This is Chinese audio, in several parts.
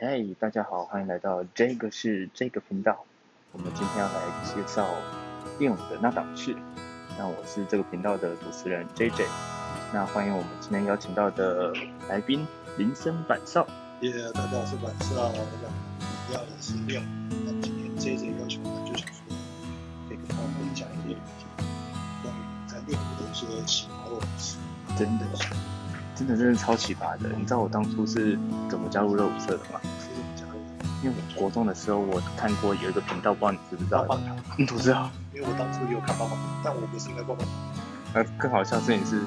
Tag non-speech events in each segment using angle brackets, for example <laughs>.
嗨，大家好，欢迎来到这个是这个频道。我们今天要来介绍电影的那档事。那我是这个频道的主持人 JJ。那欢迎我们今天邀请到的来宾林森板少。耶、大家好，我是晚上我们要的是六。那今天接着要求呢，就想说可以跟大家分享一点关于在六的一些奇葩问题。真的，真的真的超奇葩的。你知道我当初是怎么加入热舞社的吗？就是比较因为我国中的时候，我看过有一个频道，不知道你知不知棒道？棒糖，你不知道？因为我当初也有看棒棒糖，但我不是因为棒棒糖，呃，更好笑的事情是，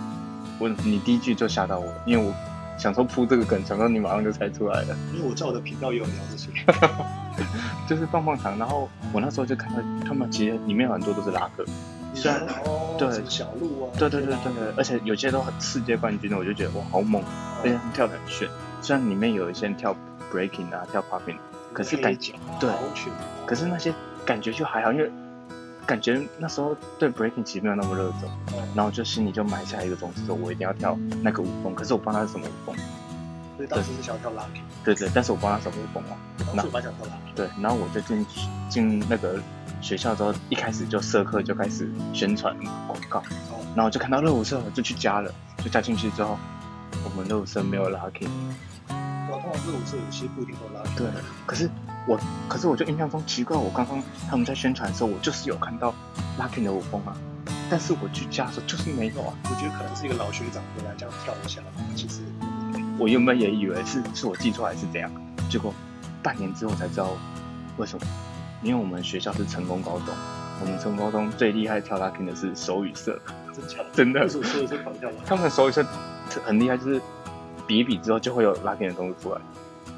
我你第一句就吓到我，因为我想说铺这个梗，想到你马上就猜出来了。因为我在我的频道也有聊 <laughs> 这些。就是棒棒糖，然后我那时候就看到他们其实里面很多都是拉客，你说哦，对什么小鹿啊，对对对对对，而且有些都很世界冠军的，我就觉得哇好猛，而且他哦，啊们跳的很炫。虽然里面有一些人跳 breaking 啊，跳 popping，可是感觉对好犬啊，可是那些感觉就还好，因为感觉那时候对 breaking 其实没有那么热衷，哦然后就心里就埋下一个种子，说我一定要跳那个舞风，可是我不知道它是什么舞风，所以当时是想要跳 lucky，对对，但是我不知道它什么舞风哦，当时我蛮想跳 lucky，对，然后我就进去进那个学校之后，一开始就社课就开始宣传广告，哦，然后我就看到热舞社，我就去加了，就加进去之后，我们热舞社没有 lucky，然后通常热舞社有些不一定会有 lucky，对可是我，可是我就印象中奇怪，我刚刚他们在宣传的时候，我就是有看到 lucky 的舞风啊，但是我去加的时候就是没有啊，我觉得可能是一个老学长回来这样跳一下，其实我原本也以为是是我记错还是怎样，结果半年之后才知道为什么，因为我们学校是成功高中，我们成功高中最厉害跳 lucky 的是手语社，真假的，真的为什么说的是跑跳了？他们的手语社很厉害，就是比一比之后就会有 lucky 的东西出来，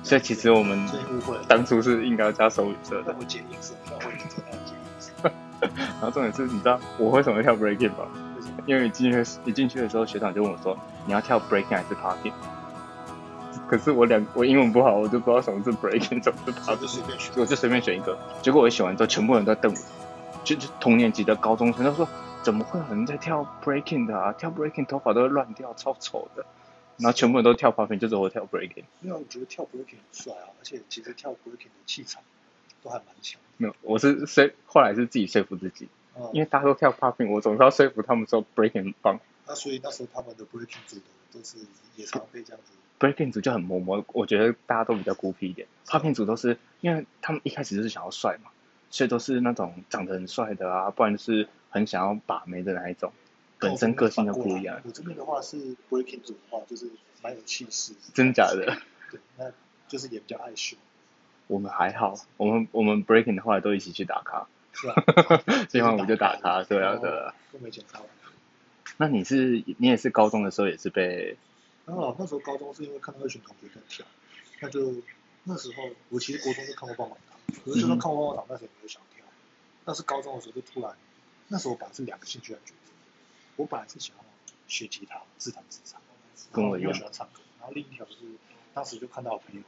所以其实我们。所以误会了。当初是应该要加手语社的但。我剪音色，那我也是这样剪音色，然后重点是，你知道我为什么会跳 breaking 吗？为什么？因为一进去一进去的时候，学长就问我说：“你要跳 breaking 还是 popping？” 可是我两我英文不好，我就不知道什么是 breaking，什么是 popping，他啊就随便选所以我就随便选一个。结果我一选完之后，全部人都在瞪我，就就同年级的高中生都说：“怎么会有人在跳 breaking 的啊？跳 breaking 头发都会乱掉，超丑的。”然后全部人都跳 popping，就只有我跳 breaking。因为我觉得跳 breaking 很帅啊，而且其实跳 breaking 的气场都还蛮强没有，我是说后来是自己说服自己，的。嗯因为大家都跳 popping，我总是要说服他们说 breaking 很棒。那啊所以那时候他们的 breaking 组的都是也常被这样子， breaking 组就很磨磨，我觉得大家都比较孤僻一点。popping 组都是因为他们一开始就是想要帅嘛，所以都是那种长得很帅的啊，不然就是很想要把妹的那一种，本身个性就不一样。我这边的话是 breaking 组的话，就是蛮有气势。真假的？对，那就是也比较爱秀，我们还好，我们我们 breaking 的话都一起去打 <laughs> 卡，<laughs> 是吧？这方我们就打卡，对啊哦对啊。都没检查完。那你是你也是高中的时候也是被然后那时候高中是因为看到一群同学在跳，那就那时候我其实国中就看过棒棒糖，可是就算嗯看过棒棒糖，那时候也没有想跳。但是高中的时候就突然，那时候本来是两个兴趣在抉择，我本来是想要学吉他，自弹自唱，跟我一样然后又喜欢唱歌。然后另一条就是当时就看到我朋友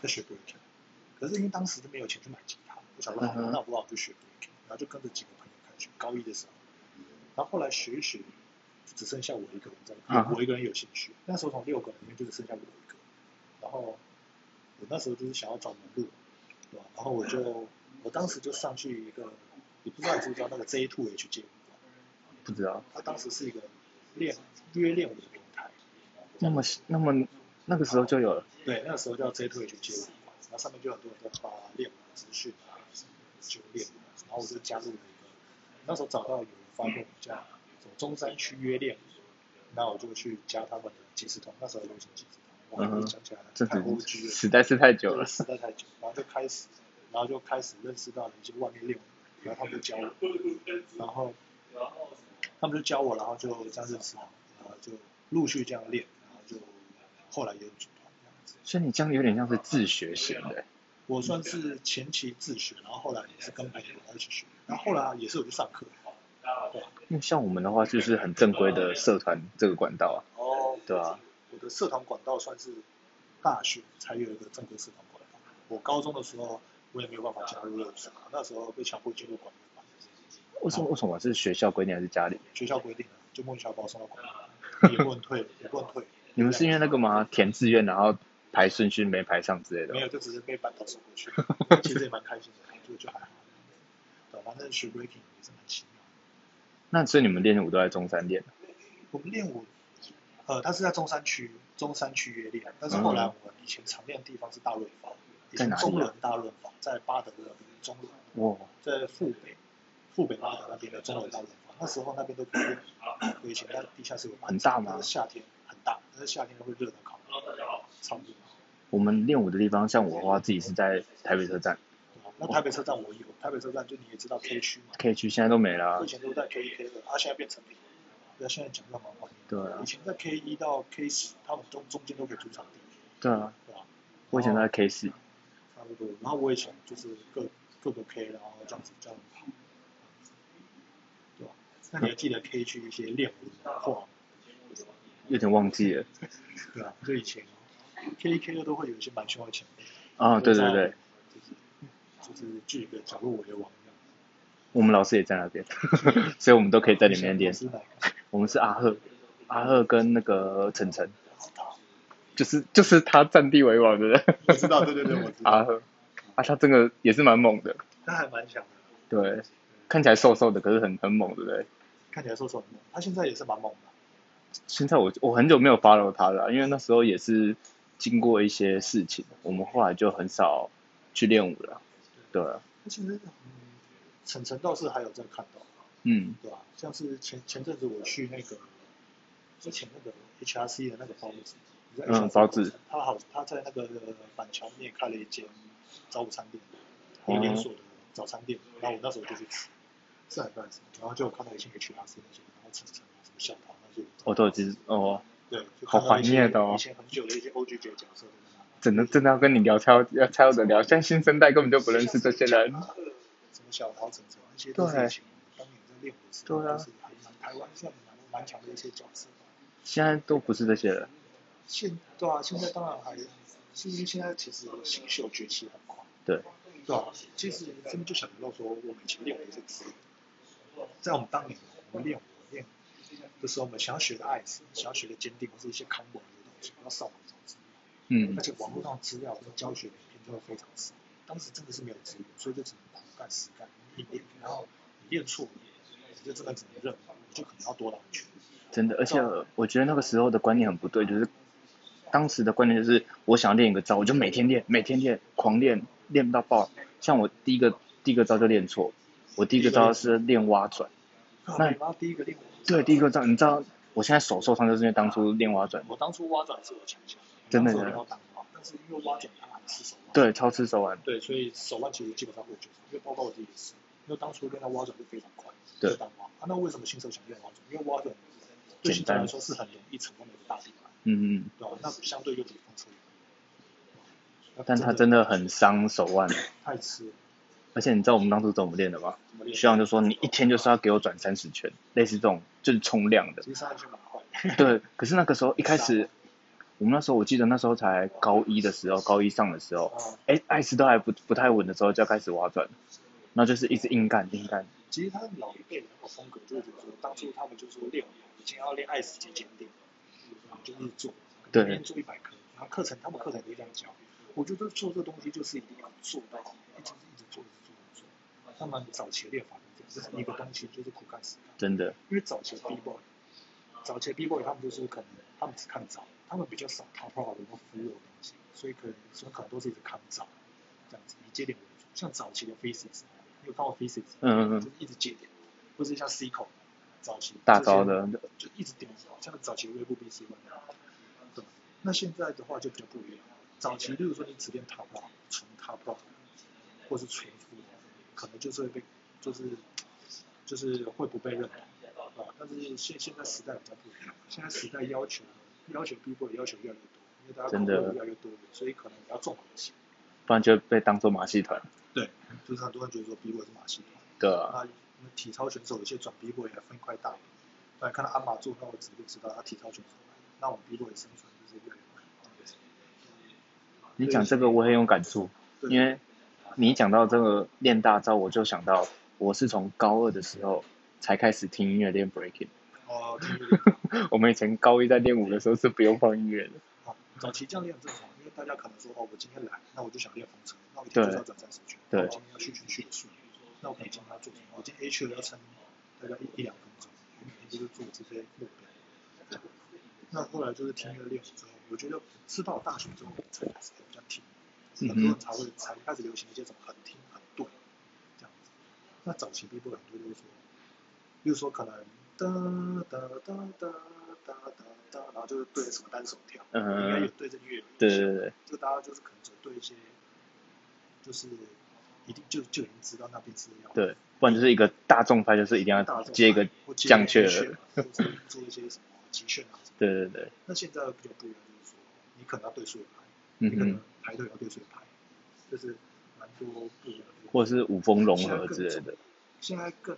在学 breaking，可是因为当时就没有钱去买吉他，我想说好吧嗯哼那我不然我就学 breaking，然后就跟着几个朋友开始学，高一的时候，然后后来学一学，就只剩下我一个人在啊我一个人有兴趣。那时候从六个人里面就只剩下我一个，然后我那时候就是想要找门路，对吧？然后我就我当时就上去一个，你不知道你知不知道那个 J Two H 街舞馆，不知道它当时是一个练约练舞的平台，那么那么那个时候就有了，对，那个时候叫 J Two H 街舞馆，然后上面就很多人在发练舞的资讯啊，就练舞，然后我就加入了一个，那时候找到有人发过叫什么中山区约练舞，那我就去加他们的即时通，那时候流行即时通，我还会想起来嗯这看只 OG 是了。实在是太久对，了。实在太久，然后就开始，然后就开始认识到了一些外面练舞，然后他们就教我，然后他们就教我，然后就这样认识他们，然后就陆续这样练，然后就后来也有组团这样子。所以你这样有点像是自学型的、我算是前期自学，然后后来也是跟朋友一起学，然后后来也是有去上课，因为像我们的话，就是很正规的社团这个管道啊，哦，对啊，我的社团管道算是大学才有一个正规社团管道。我高中的时候我也没有办法加入热舞社，那时候被强迫进入管乐班。为哦什么？为什么是学校规定还是家里？学校规定啊的， <laughs> 就莫名其妙把我送到广告，也不能退，也不能退。你们是因为那个吗？填志愿然后排顺序没排上之类的没。有，就只是被板头送 <laughs> 过去，其实也蛮开心的，就就还好。对，反正学 breaking 也是蛮奇妙的。那所以你们练舞都在中山练的，我们练舞，呃，它是在中山区，中山区约练，但是后来嗯我们以前常练的地方是大润发，以在前哪里啊中仑大润发，在巴德那边中仑，哇，在富北，富北巴德那边的中仑大润发，那时候那边都可以练舞，我以前在地下室有很大吗但是夏天很大，但是夏天会热到烤，差不多。我们练舞的地方，像我的话，自己是在台北车站对啊那台北车站我有，台北车站就你也知道 K 区嘛， K 区，现在都没了啊我以。前都在 K 一 K 二，啊，现在变成平，那啊现在讲到蛮怀念。对啊以，前在 K 一到 K 十，他们中中间都可以租场地，对啊，对吧？我以前都在 K 四，哦差不多。然后我以前就是各各个 K，然后这样子这样子跑，对吧？那你还记得 K 区一些练舞的文化吗，有点忘记了。对吧？就以前 K 一 K 二都会有一些蛮凶的前辈，啊，对对就是对在，，就是就是聚一个角落为王这样子。我们老师也在那边，所以我们都可以在里面练练。是哪个？我们是阿赫，阿赫跟那个晨晨，知道，就是就是他占地为王的人，我知道，对对对，我知阿道，赫， <laughs> 啊，他真的也是蛮猛的，他还蛮强的，对，看起来瘦瘦的，可是很很猛，对不对？看起来瘦瘦的，他现在也是蛮猛的。现在我我很久没有 follow 他了，啊因为那时候也是经过一些事情，我们后来就很少去练舞了，对啊，他其实，嗯，晨晨倒是还有在看到。嗯，对吧、像是前前阵子我去那个之前那个 HRC 的那个包子，你在嗯 HRC 包子，他好他在那个板桥面开了一间早午餐店，哦一个连锁的早餐店，然后我那时候就去吃，是很乱吃，然后就有看到一些 HRC 那些，然后晨晨啊什么小桃那些，我都有其实哦，对，就好看到一些怀念的哦以前很久的一些 OG 级的角色在那里。真的真的要跟你聊才有要才有的聊，现在新生代根本就不认识这些人，什么小桃城城那些都是对以前当年在练舞的时候，对啊就是还蛮台湾现在蛮蛮强的一些角色。现在都不是这些人，现对啊，现在当然还，其实现在其实新秀崛起很快，对，对啊，其实真的就想不到说，我们以前练舞是资，在我们当年我们练舞练的时候，我们想要学的爱词，想要学的坚定，或是一些 combo 的东西，要上网找资料，嗯而，且网络上资料跟教学影片都非常少，当时真的是没有资源，所以就只能苦干实干硬练，然后你练错了，你就真的只能认了，你就可能要多打一圈。真的，而且我觉得那个时候的观念很不对，就是当时的观念就是我想练一个招，我就每天练，每天练，狂练，练到爆。像我第一个第一个招就练错，我第一个招是练蛙转，那你妈第一个练舞，对，第一个招，你知道我现在手受伤就是因为当初练蛙转，我当初挖转是我强项，真的当初假的没有打到，但是因为挖转它还是手腕，对，超吃手腕，对，所以手腕其实基本上会就是，因为包括我自己也是，因为当初练到挖转就非常快，对就单挖。啊，那为什么新手想练挖转？因为挖转对新手来说是很容易成功的一个大地板，嗯嗯，对吧？那相对又比风车有利，但他真真的很伤手腕，太吃了，而且你知道我们当初怎么练的吗？怎么练？学长就说你一天就是要给我转三十圈，类似这种就是冲量的其，实上一圈蛮 <laughs> 快的，对，可是那个时候一开始，我们那时候我记得那时候才高一的时候，高一上的时候，啊，哎，艾斯都还不不太稳的时候就要开始挖转，然后就是一直硬干硬干，其实他们老一辈的那个风格就是觉得说，当初他们就说练舞一定要练爱死及坚定，然后就一直做，对每天做一百课，然后课程他们课程也会这样教。我觉得做这东西就是一定要做到，一直一直做，一直做，一直做。他们早期的练法就是这样，就是一个东西就是苦干实干。真的，因为早期的 B boy，早期的 B boy 他们就是可能他们只看招，他们比较少 top row 的服务的东西，所以可能所以可能都是一直看招，这样子以接点为主。像早期的 physics，你有看过 physics？嗯嗯就嗯，是一直接点，或是像 C 口早期大招的，就一直顶，像早期微步 B C 那样。对，那现在的话就比较不一样。早期，例如说你只练 top rock，纯 top rock，或是纯负的，可能就是会被，就是就是会不被认同啊。但是现现在时代比较不一样，现在时代要求要求 B boy 要求越来越多，因为大家真口的味越来越多元，所以可能你要重一些。不然就被当做马戏团，就是很多人觉得说 B boy 是马戏团。对啊，那体操选手有些转 B boy 还分块大饼，对，看到鞍马做那个直就知道他体操选手。那我们 B boy 生存啊就是越来越难。你讲这个我很有感触，对因为你讲到这个练大招，我就想到我是从高二的时候才开始听音乐练 breaking， <laughs> 哦，我们以前高一在练舞的时候是不用放音乐的，啊好，早期这样练很正常，因为大家可能说哦，我今天来，那我就想练风车，那我一定就是要转战十圈，对那我今天要去全迅速，那我可能今天要做什么？我今天 A 区要撑大概一一两分钟，我每天就是做这些目标。那后来就是听了练习之后，我觉得是到大学之后我才开始比较听，嗯哼很多人才会才开始流行一些什么很听很对这样子。那早期 B 波很多就是说，比如说可能哒哒哒哒哒哒哒，然后就是对什么单手跳，嗯应该有对这音乐有对印象对对，就大家就是可能只对一些，就是一定就就已经知道那边是要对，不然就是一个大众派，就是一定要大众接一个派，或接降圈雀儿，啊或者做一些什么集训啊什么。对对对，那现在比较不一样，就是说你可能要对数拍，嗯你可能哼，排队要对数拍，就是蛮多不一样的。或者是舞风融合之类的，现在更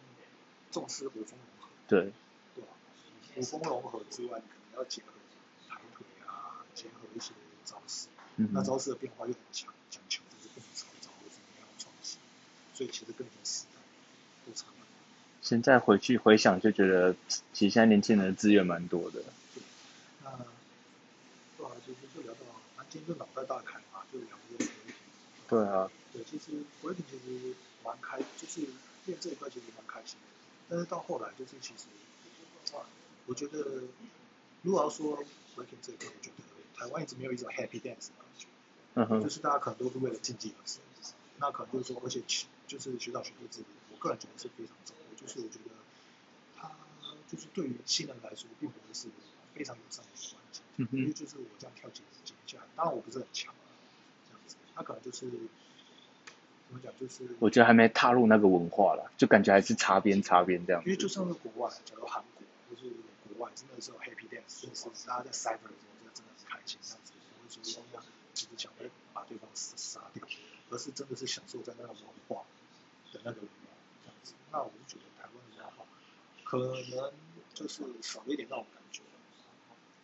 重视五风融合，对，对吧？五风融合之外，你可能要结合抬腿啊，结合一些招式。嗯那哼，招式的变化又很强，讲求就是不能超招或者没有创新，所以其实跟以前时代不差很多。现在回去回想就觉得，其实现在年轻人的资源蛮多的，那对啊，就是就聊到，那今天就脑袋大开嘛，就聊这个回对啊，对，其实我也其实蛮开，就是练这一块其实蛮开心的。但是到后来就是其实，啊，我觉得如果要说 breaking 这一块，我觉得台湾一直没有一种 happy dance 的感觉，嗯就哼，是大家可能都是为了竞技而生。那可能就是说，而且其就是学长学弟制度，我个人觉得是非常重要。就是我觉得他就是对于新人来说，并不会是非常友善的一个环境。嗯因为哼，就是我这样跳几几下，当然我不是很强，啊这样子，他可能就是怎么讲，就是我觉得还没踏入那个文化啦，就感觉还是擦边擦边这样因为子，就算是国外，假如韩国或是国外，真的是有 happy dance，就是大家在 cyber 的时候，真的真的很开心，这样子，不会说要只是想要把对方杀杀掉，而是真的是享受在那个文化的那个文化这样子。那我就觉得台湾的文化可能就是少了一点那种感觉，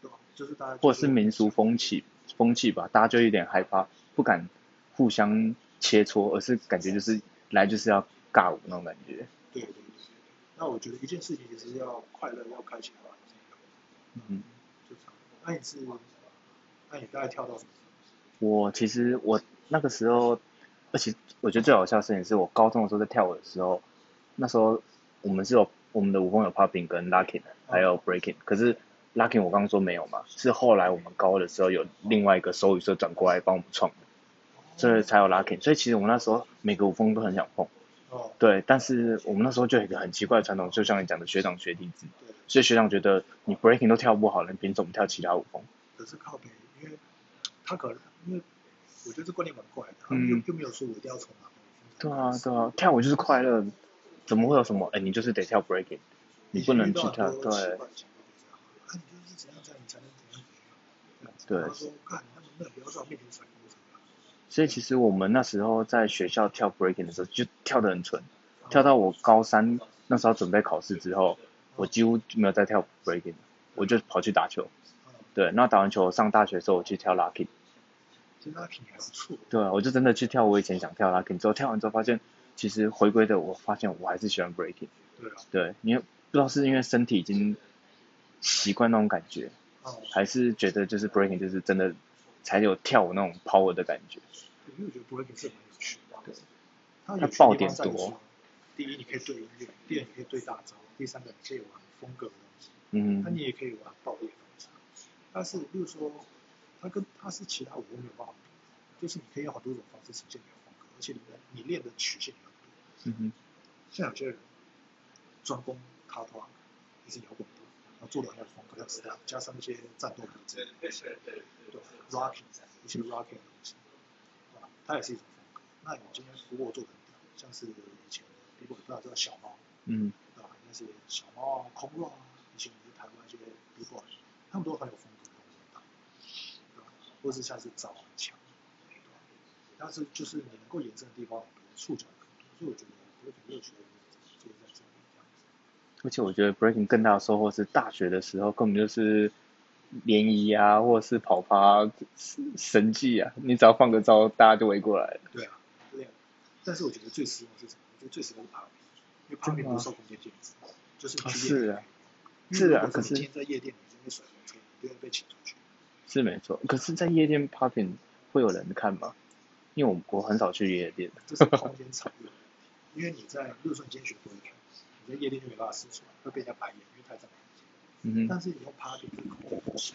对吧？就是大家就或者是民俗风气风气吧，大家就有点害怕，不敢互相切磋，而是感觉就是来就是要尬舞那种感觉，对对对。那我觉得一件事情其实要快乐，要开心的话，就是嗯哼。就这样。那你是，那你大概跳到什么？我其实我那个时候，而且我觉得最好笑的事情是我高中的时候在跳舞的时候，那时候我们是有我们的舞风有 popping 跟 locking 还有 breaking，可是 locking 我刚刚说没有嘛，是后来我们高二的时候有另外一个手语社转过来帮我们创的，所以才有 locking。所以其实我们那时候每个舞风都很想碰，哦，对，但是我们那时候就有一个很奇怪的传统，就像你讲的学长学弟制，对。所以学长觉得你 breaking 都跳不好了，你凭什么跳其他舞风？可是靠北，因为他可能，因为我觉得这观念蛮怪的，嗯又又没有说我一定要从哪边。对啊，对啊，跳舞就是快乐，怎么会有什么？哎，你就是得跳 breaking，你不能去跳，对，那、啊、你就是怎样这样，你才能怎样怎样。对他说，干，那那不要在我面前甩锅什么所以其实我们那时候在学校跳 breaking 的时候，就跳得很纯，跳到我高三那时候准备考试之后，我几乎没有再跳 breaking，我就跑去打球。的。嗯，对，那打完球，上大学的时候我去跳 locking，其实他品还不错。对啊，我就真的去跳我以前想跳 locking，之后跳完之后发现，其实回归的我发现我还是喜欢 breaking，对啊。对，因为不知道是因为身体已经习惯那种感觉，哦、还是觉得就是 breaking 就是真的才有跳舞那种 power 的感觉。对因为我觉得 breaking 是蛮有趣的。对，它有它趣的爆地点方在于多说。第一，你可以对音乐；第二，你可以对大招；第三个，你可以玩风格的东西。那嗯你，也可以玩暴力的东西。但是，比如说，它跟它是其他舞都没有办法比，就是你可以用很多种方式呈现你的风格，而且你的你练的曲线也很多。嗯哼，像有些人专攻卡通，也是摇滚的，然后做了很有风格的 style，加上一些战斗的之类的东西，对吧，rocking 一些 rocking 的东西，对吧？它也是一种风格。那你今天如果做的很屌，像是以前的 b 不知道叫小猫，嗯，对吧？啊那些小猫啊、空肉啊，以前我们台湾一些 b b o 他们都很有风格，都很大，对吧？或是像是招很强，对吧？但是就是你能够延伸的地方很多，触角很多，所以我觉得我有点乐趣的就是在这里这样子。而且我觉得 breaking 更大的收获是大学的时候根本就是联谊啊，或者是跑趴、神技啊，你只要放个招，大家就围过来了。对啊，对啊。但是我觉得最失望是什么？我觉得最失望是 p 因为 p a 真的吗不受空间限制，就是你啊去夜是啊是店因为啊如果可你是今天在夜店，你真的甩红车，你就会被请出去。是没错，可是，在夜店 popping 会有人看吗？因为我们我很少去夜店，这是空间场域，因为你在，比如说你今天学规矩，你在夜店就没办法试出来，会被人家白眼，因为太占空间。嗯哼，但是你用 party 这个空间很小，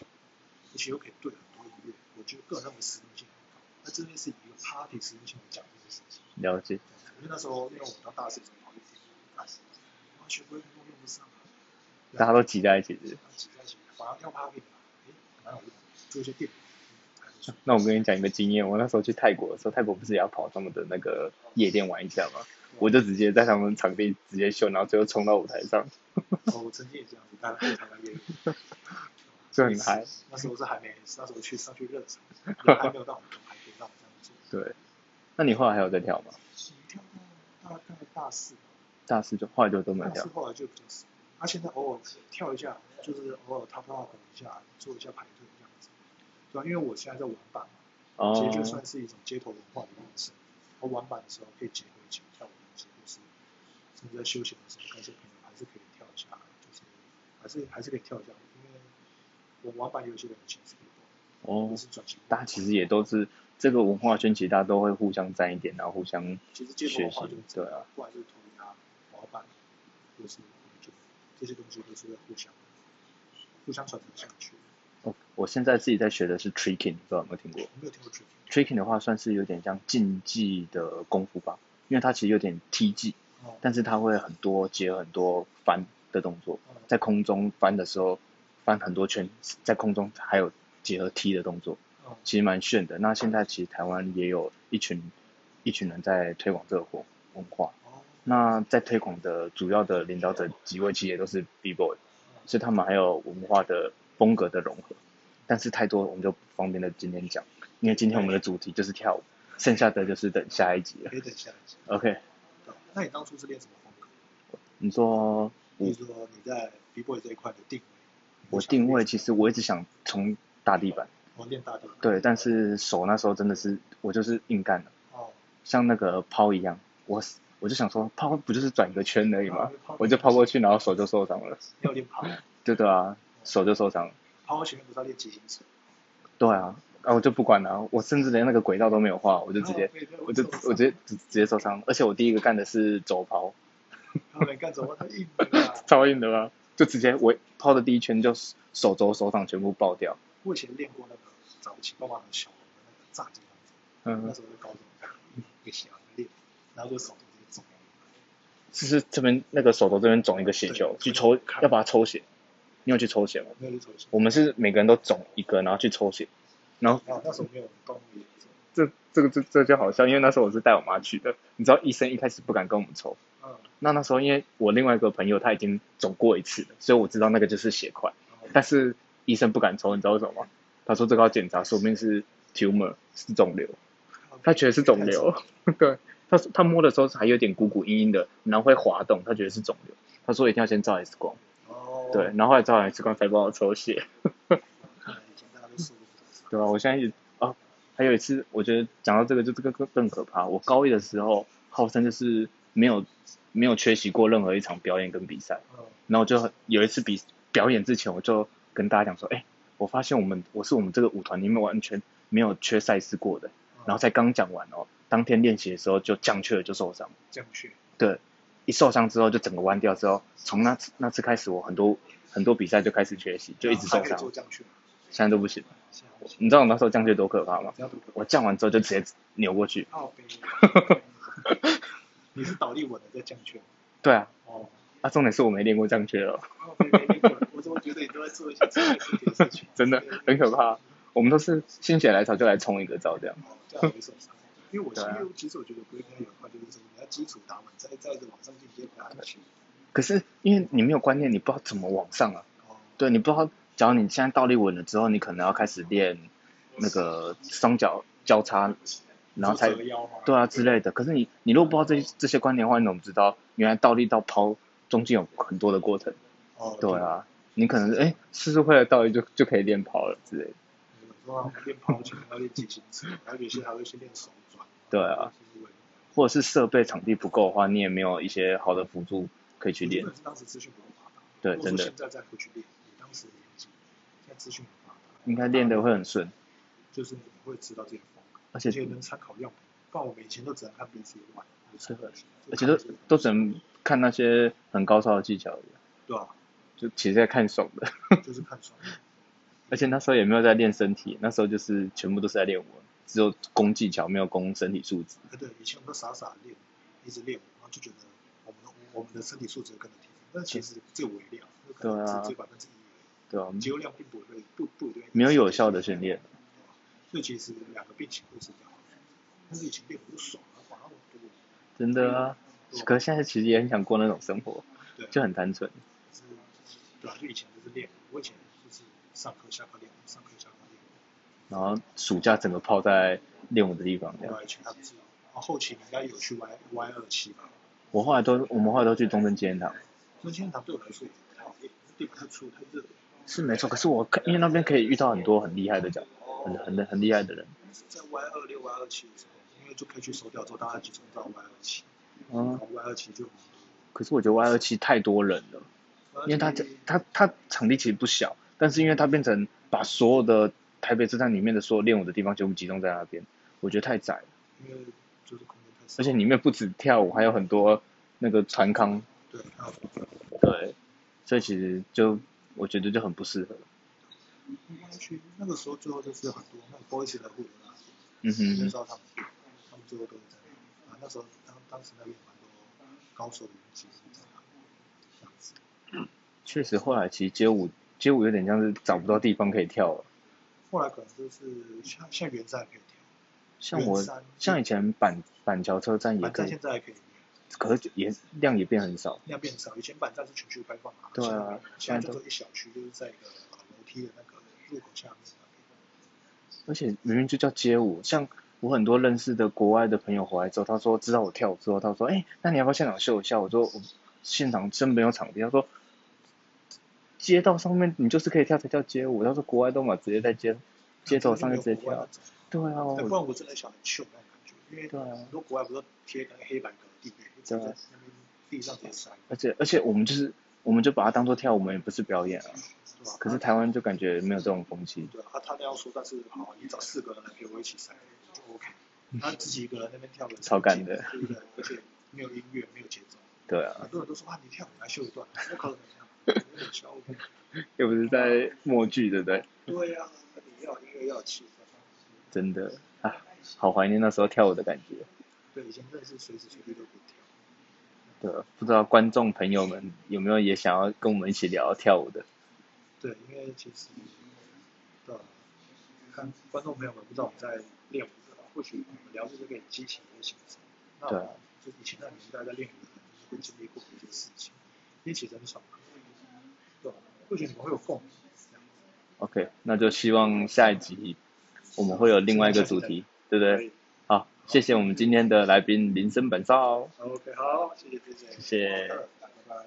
而且又可以对很多音乐，我觉得个人认为实用性很高。那这边是以一个 party 实用性来讲这件事情。了解，因为那时候，因为我到大四的时候跑去听，干我要学规矩都用不上啊，大家都挤在一起是不是要挤在一起，反而跳 party 嘛，诶，蛮有意思，做一些电影，嗯还不错。那我跟你讲一个经验，我那时候去泰国的时候，泰国不是也要跑他们的那个夜店玩一下吗？我就直接在他们场地直接秀，然后最后冲到舞台上，哦，我曾经也这样子，大概大概也有。就很嗨。那时候是还没，那时候去上去热场，人还没有到我们还可以让我这样做。对，那你后来还有在跳吗？你跳到大概大四，大四就后来就都没有大跳四，后来就比较少。他、现在偶尔跳一下，就是偶尔 top up 一下，做一下排队这样子。对、啊，因为我现在在玩板嘛，其实就哦，算是一种街头文化的延伸。我玩板的时候可以结合以前跳舞的东西，或是甚至在休闲的时候跟一些朋友还是可以跳一下，就是还是还是可以跳一下，因为我玩板有些人以前是可以动，或哦，是转型过来。大家其实也都是这个文化圈，其实大家都会互相沾一点，然后互相其实街头文化就是这学习样对啊，不管是涂鸦、滑板，或是红酒，这些东西都是互相互相传承下去。哦，我现在自己在学的是 tricking，不知道有没有听过我没有听过 t r i c ？tricking 的话，算是有点像竞技的功夫吧，因为它其实有点踢技，哦，但是它会很多结合很多翻的动作，嗯在空中翻的时候翻很多圈，在空中还有结合踢的动作，嗯其实蛮炫的。那现在其实台湾也有一群一群人在推广这个活文化，哦，那在推广的主要的领导者几位其实也都是 B boy，所以他们还有文化的风格的融合。但是太多我们就不方便在今天讲，因为今天我们的主题就是跳舞，剩下的就是等下一集了可。以等下一集。 OK，对那你当初是练什么风格？你说比如说你在 B boy 这一块的定位，我定位，其实我一直想从大地板，我练大调，对，但是手那时候真的是我就是硬干的，哦，像那个抛一样，我我就想说抛不就是转个圈而已嘛啊，我就抛过去，然后手就受伤了，要练抛，对对啊，手就受伤了。抛前面不是要练结形绳，对啊，啊我就不管了、我甚至连那个轨道都没有画，我就直接，我就我直接直直接受伤，而且我第一个干的是肘抛，他们干什么？他硬的啊。超硬的啊，就直接我抛的第一圈就手肘手掌全部爆掉，我以前练过那个早期爸爸很小的那个炸鸡样子。那嗯，时候在高中，嗯也喜欢练，然后就手就直接肿了。就是这边那个手肘这边肿一个血球，去抽要把它抽血，你有去抽血吗？没有去抽筋。我们是每个人都肿一个，然后去抽血，然后然后那时候没有动物园，这这个这这就好笑，因为那时候我是带我妈去的，你知道医生一开始不敢跟我们抽，嗯，那那时候因为我另外一个朋友他已经肿过一次了，所以我知道那个就是血块，但是医生不敢抽，你知道为什么吗？他说这个要检查，说不定是 tumor 是肿瘤，他觉得是肿瘤，对，他说他摸的时候还有点鼓鼓硬硬的，然后会滑动，他觉得是肿瘤，他说一定要先照 X 光，哦，对，，然后后来照完 X 光才帮我抽血，看来以前大家都输入不对吧、我现在也啊，还有一次我觉得讲到这个就这个更更可怕，我高一的时候号称就是没有没有缺席过任何一场表演跟比赛。嗯，然后就很有一次比表演之前，我就跟大家讲说，哎、我发现我们我是我们这个舞团里面完全没有缺赛事过的。嗯然后才刚讲完哦，当天练习的时候就降却了，就受伤。降血，对，一受伤之后就整个弯掉之后，从那次那次开始，我很多很多比赛就开始缺席，就一直受哦还可以伤，做降血，现在都不行。现在不行，你知道我那时候降却多可怕吗？只要读个 <laughs> 我降完之后就直接扭过去。奥杯，你是倒立稳的在降血，对啊，哦，啊，重点是我没练过降却哦，奥杯没立稳，我怎么觉得你都在做一些奇怪的事情？ <laughs> 真的很可怕。我们都是心血来潮就来冲一个照这 <laughs> 样。哦，这样没受伤。因为我对啊因为其实我觉得不会跟他有关，就是说你要基础打稳，再再着往上进阶不要安全。可是因为你没有观念，你不知道怎么往上啊。哦，对，你不知道，假如你现在倒立稳了之后，你可能要开始练那个双脚交叉，然后才就折腰嘛。对啊之类的。可是你你如果不知道这这些观念的话，你怎么知道原来倒立到抛中间有很多的过程？哦，对啊，你可能哎试试会了倒立就就可以练抛了之类的。对。有时候他们练抛球，要练进行式，然后有些还会去练手转。对啊，就是为了。或者是设备场地不够的话，你也没有一些好的辅助可以去练真。的是当时资讯不够发达。对如果真的说现在再回去练，你当时的年纪，现在资讯很发达，啊应该练得会很顺。就是你会知道这些风格，而且而且能参考样本，不然我们以前都只能看 BCY，是的而且都都只能看那些很高超的技巧而已，对啊，就其实在看爽的。就是看爽。而且那时候也没有在练身体，那时候就是全部都是在练我，只有攻技巧，没有攻身体素质。哎对，以前我们都傻傻练，一直练，然后就觉得我们的我们的身体素质跟着提升，但其实只有微量，就可对能啊只只有百分之一而对啊已，，肌肉量并不会不不对，没有有效的训练。所以其实两个并行会是比较好的。但是以前练我就爽了，反而我就真的啊。可是现在其实也很想过那种生活，对啊，就很单纯。是，对啊，就以前就是练，我以前就是上课下课练，上课下课练，然后暑假整个泡在练舞的地方这后样。来去他们是，然后后期你应该有去 Y Y 二七吧？我后来都，我们后来都去中正纪念堂。中间堂对我来说也不太好练，地板太粗太热了，是没错，可是我嗯看，因为那边可以遇到很多很厉害的讲，很很很厉害的人。在 Y 二六 Y 二七的时候，因为就可以去收掉之后，大家集中到 Y 二七，然嗯，后 Y 二七就很多，可是我觉得 Y 二七太多人了，因为它这它它场地其实不小，但是因为它变成把所有的台北车站里面的所有练舞的地方全部集中在那边，我觉得太窄了。因为就是空间太少，而且里面不止跳舞，还有很多那个传康，对，还有对，所以其实就我觉得就很不适合。 Y 区那个时候最后就是很多那个 boys 的护流啦，嗯你就哼知，道他们，他们最后都是在那，啊，那时候当当时那边蛮多高手的人其实在那，这样子，确实后来其实街舞街舞有点像是找不到地方可以跳了，后来可能就是像像原赛可以跳，像我圆山像以前板嗯板桥车站也板可站以现，在也可以练。可是也量也变很少。量变少，以前板站是全区开放嘛，对啊现在没有现现在在就都做一小区，就是在一个呃楼梯的那个入口下面那边。而且明明就叫街舞，像我很多认识的国外的朋友回来之后，他说知道我跳舞之后，他说：“哎、那你要不要现场秀一下？”我说：“我现场真没有场地。”他说：“街道上面你就是可以跳才叫街舞。”他说：“国外都嘛直接在街街头上面直接啊国外那跳。种，”对啊，哎不我然我真的想很秀那种感觉，因为对啊很多国外不是都贴那个黑板隔地面，对就啊在那边地上直接塞，而且而且我们就是我们就把它当做跳舞，我们也不是表演啊。对吧？可是啊台湾就感觉没有这种风气。对啊，啊他那样说，但是好，你找四个人来陪我一起塞就 OK。他自己一个人那边跳的，超干的，对不对？而且没有音乐，没有节奏，对啊，很多人都说啊，你跳舞来秀一段，我靠，等一下，有点笑我。又不是在默剧，对不对？对呀、你要有音乐要有气氛。真的啊，好怀念那时候跳舞的感觉。对，以前真的是随时随地都可以跳。对，不知道观众朋友们有没有也想要跟我们一起聊跳舞的？对，因为其实，对啊，看观众朋友们不知道我们在练舞的，或许我们聊这个可以激起一些兴致。那我对们就以前那年代在练舞的人就是会经历过一些事情，一起真爽，对吧？或许你们会有共鸣。这样 OK，那就希望下一集我们会有另外一个主题，对不对？好，谢谢我们今天的来宾林森本少，好，OK，好，谢谢，谢谢谢，谢好的拜拜。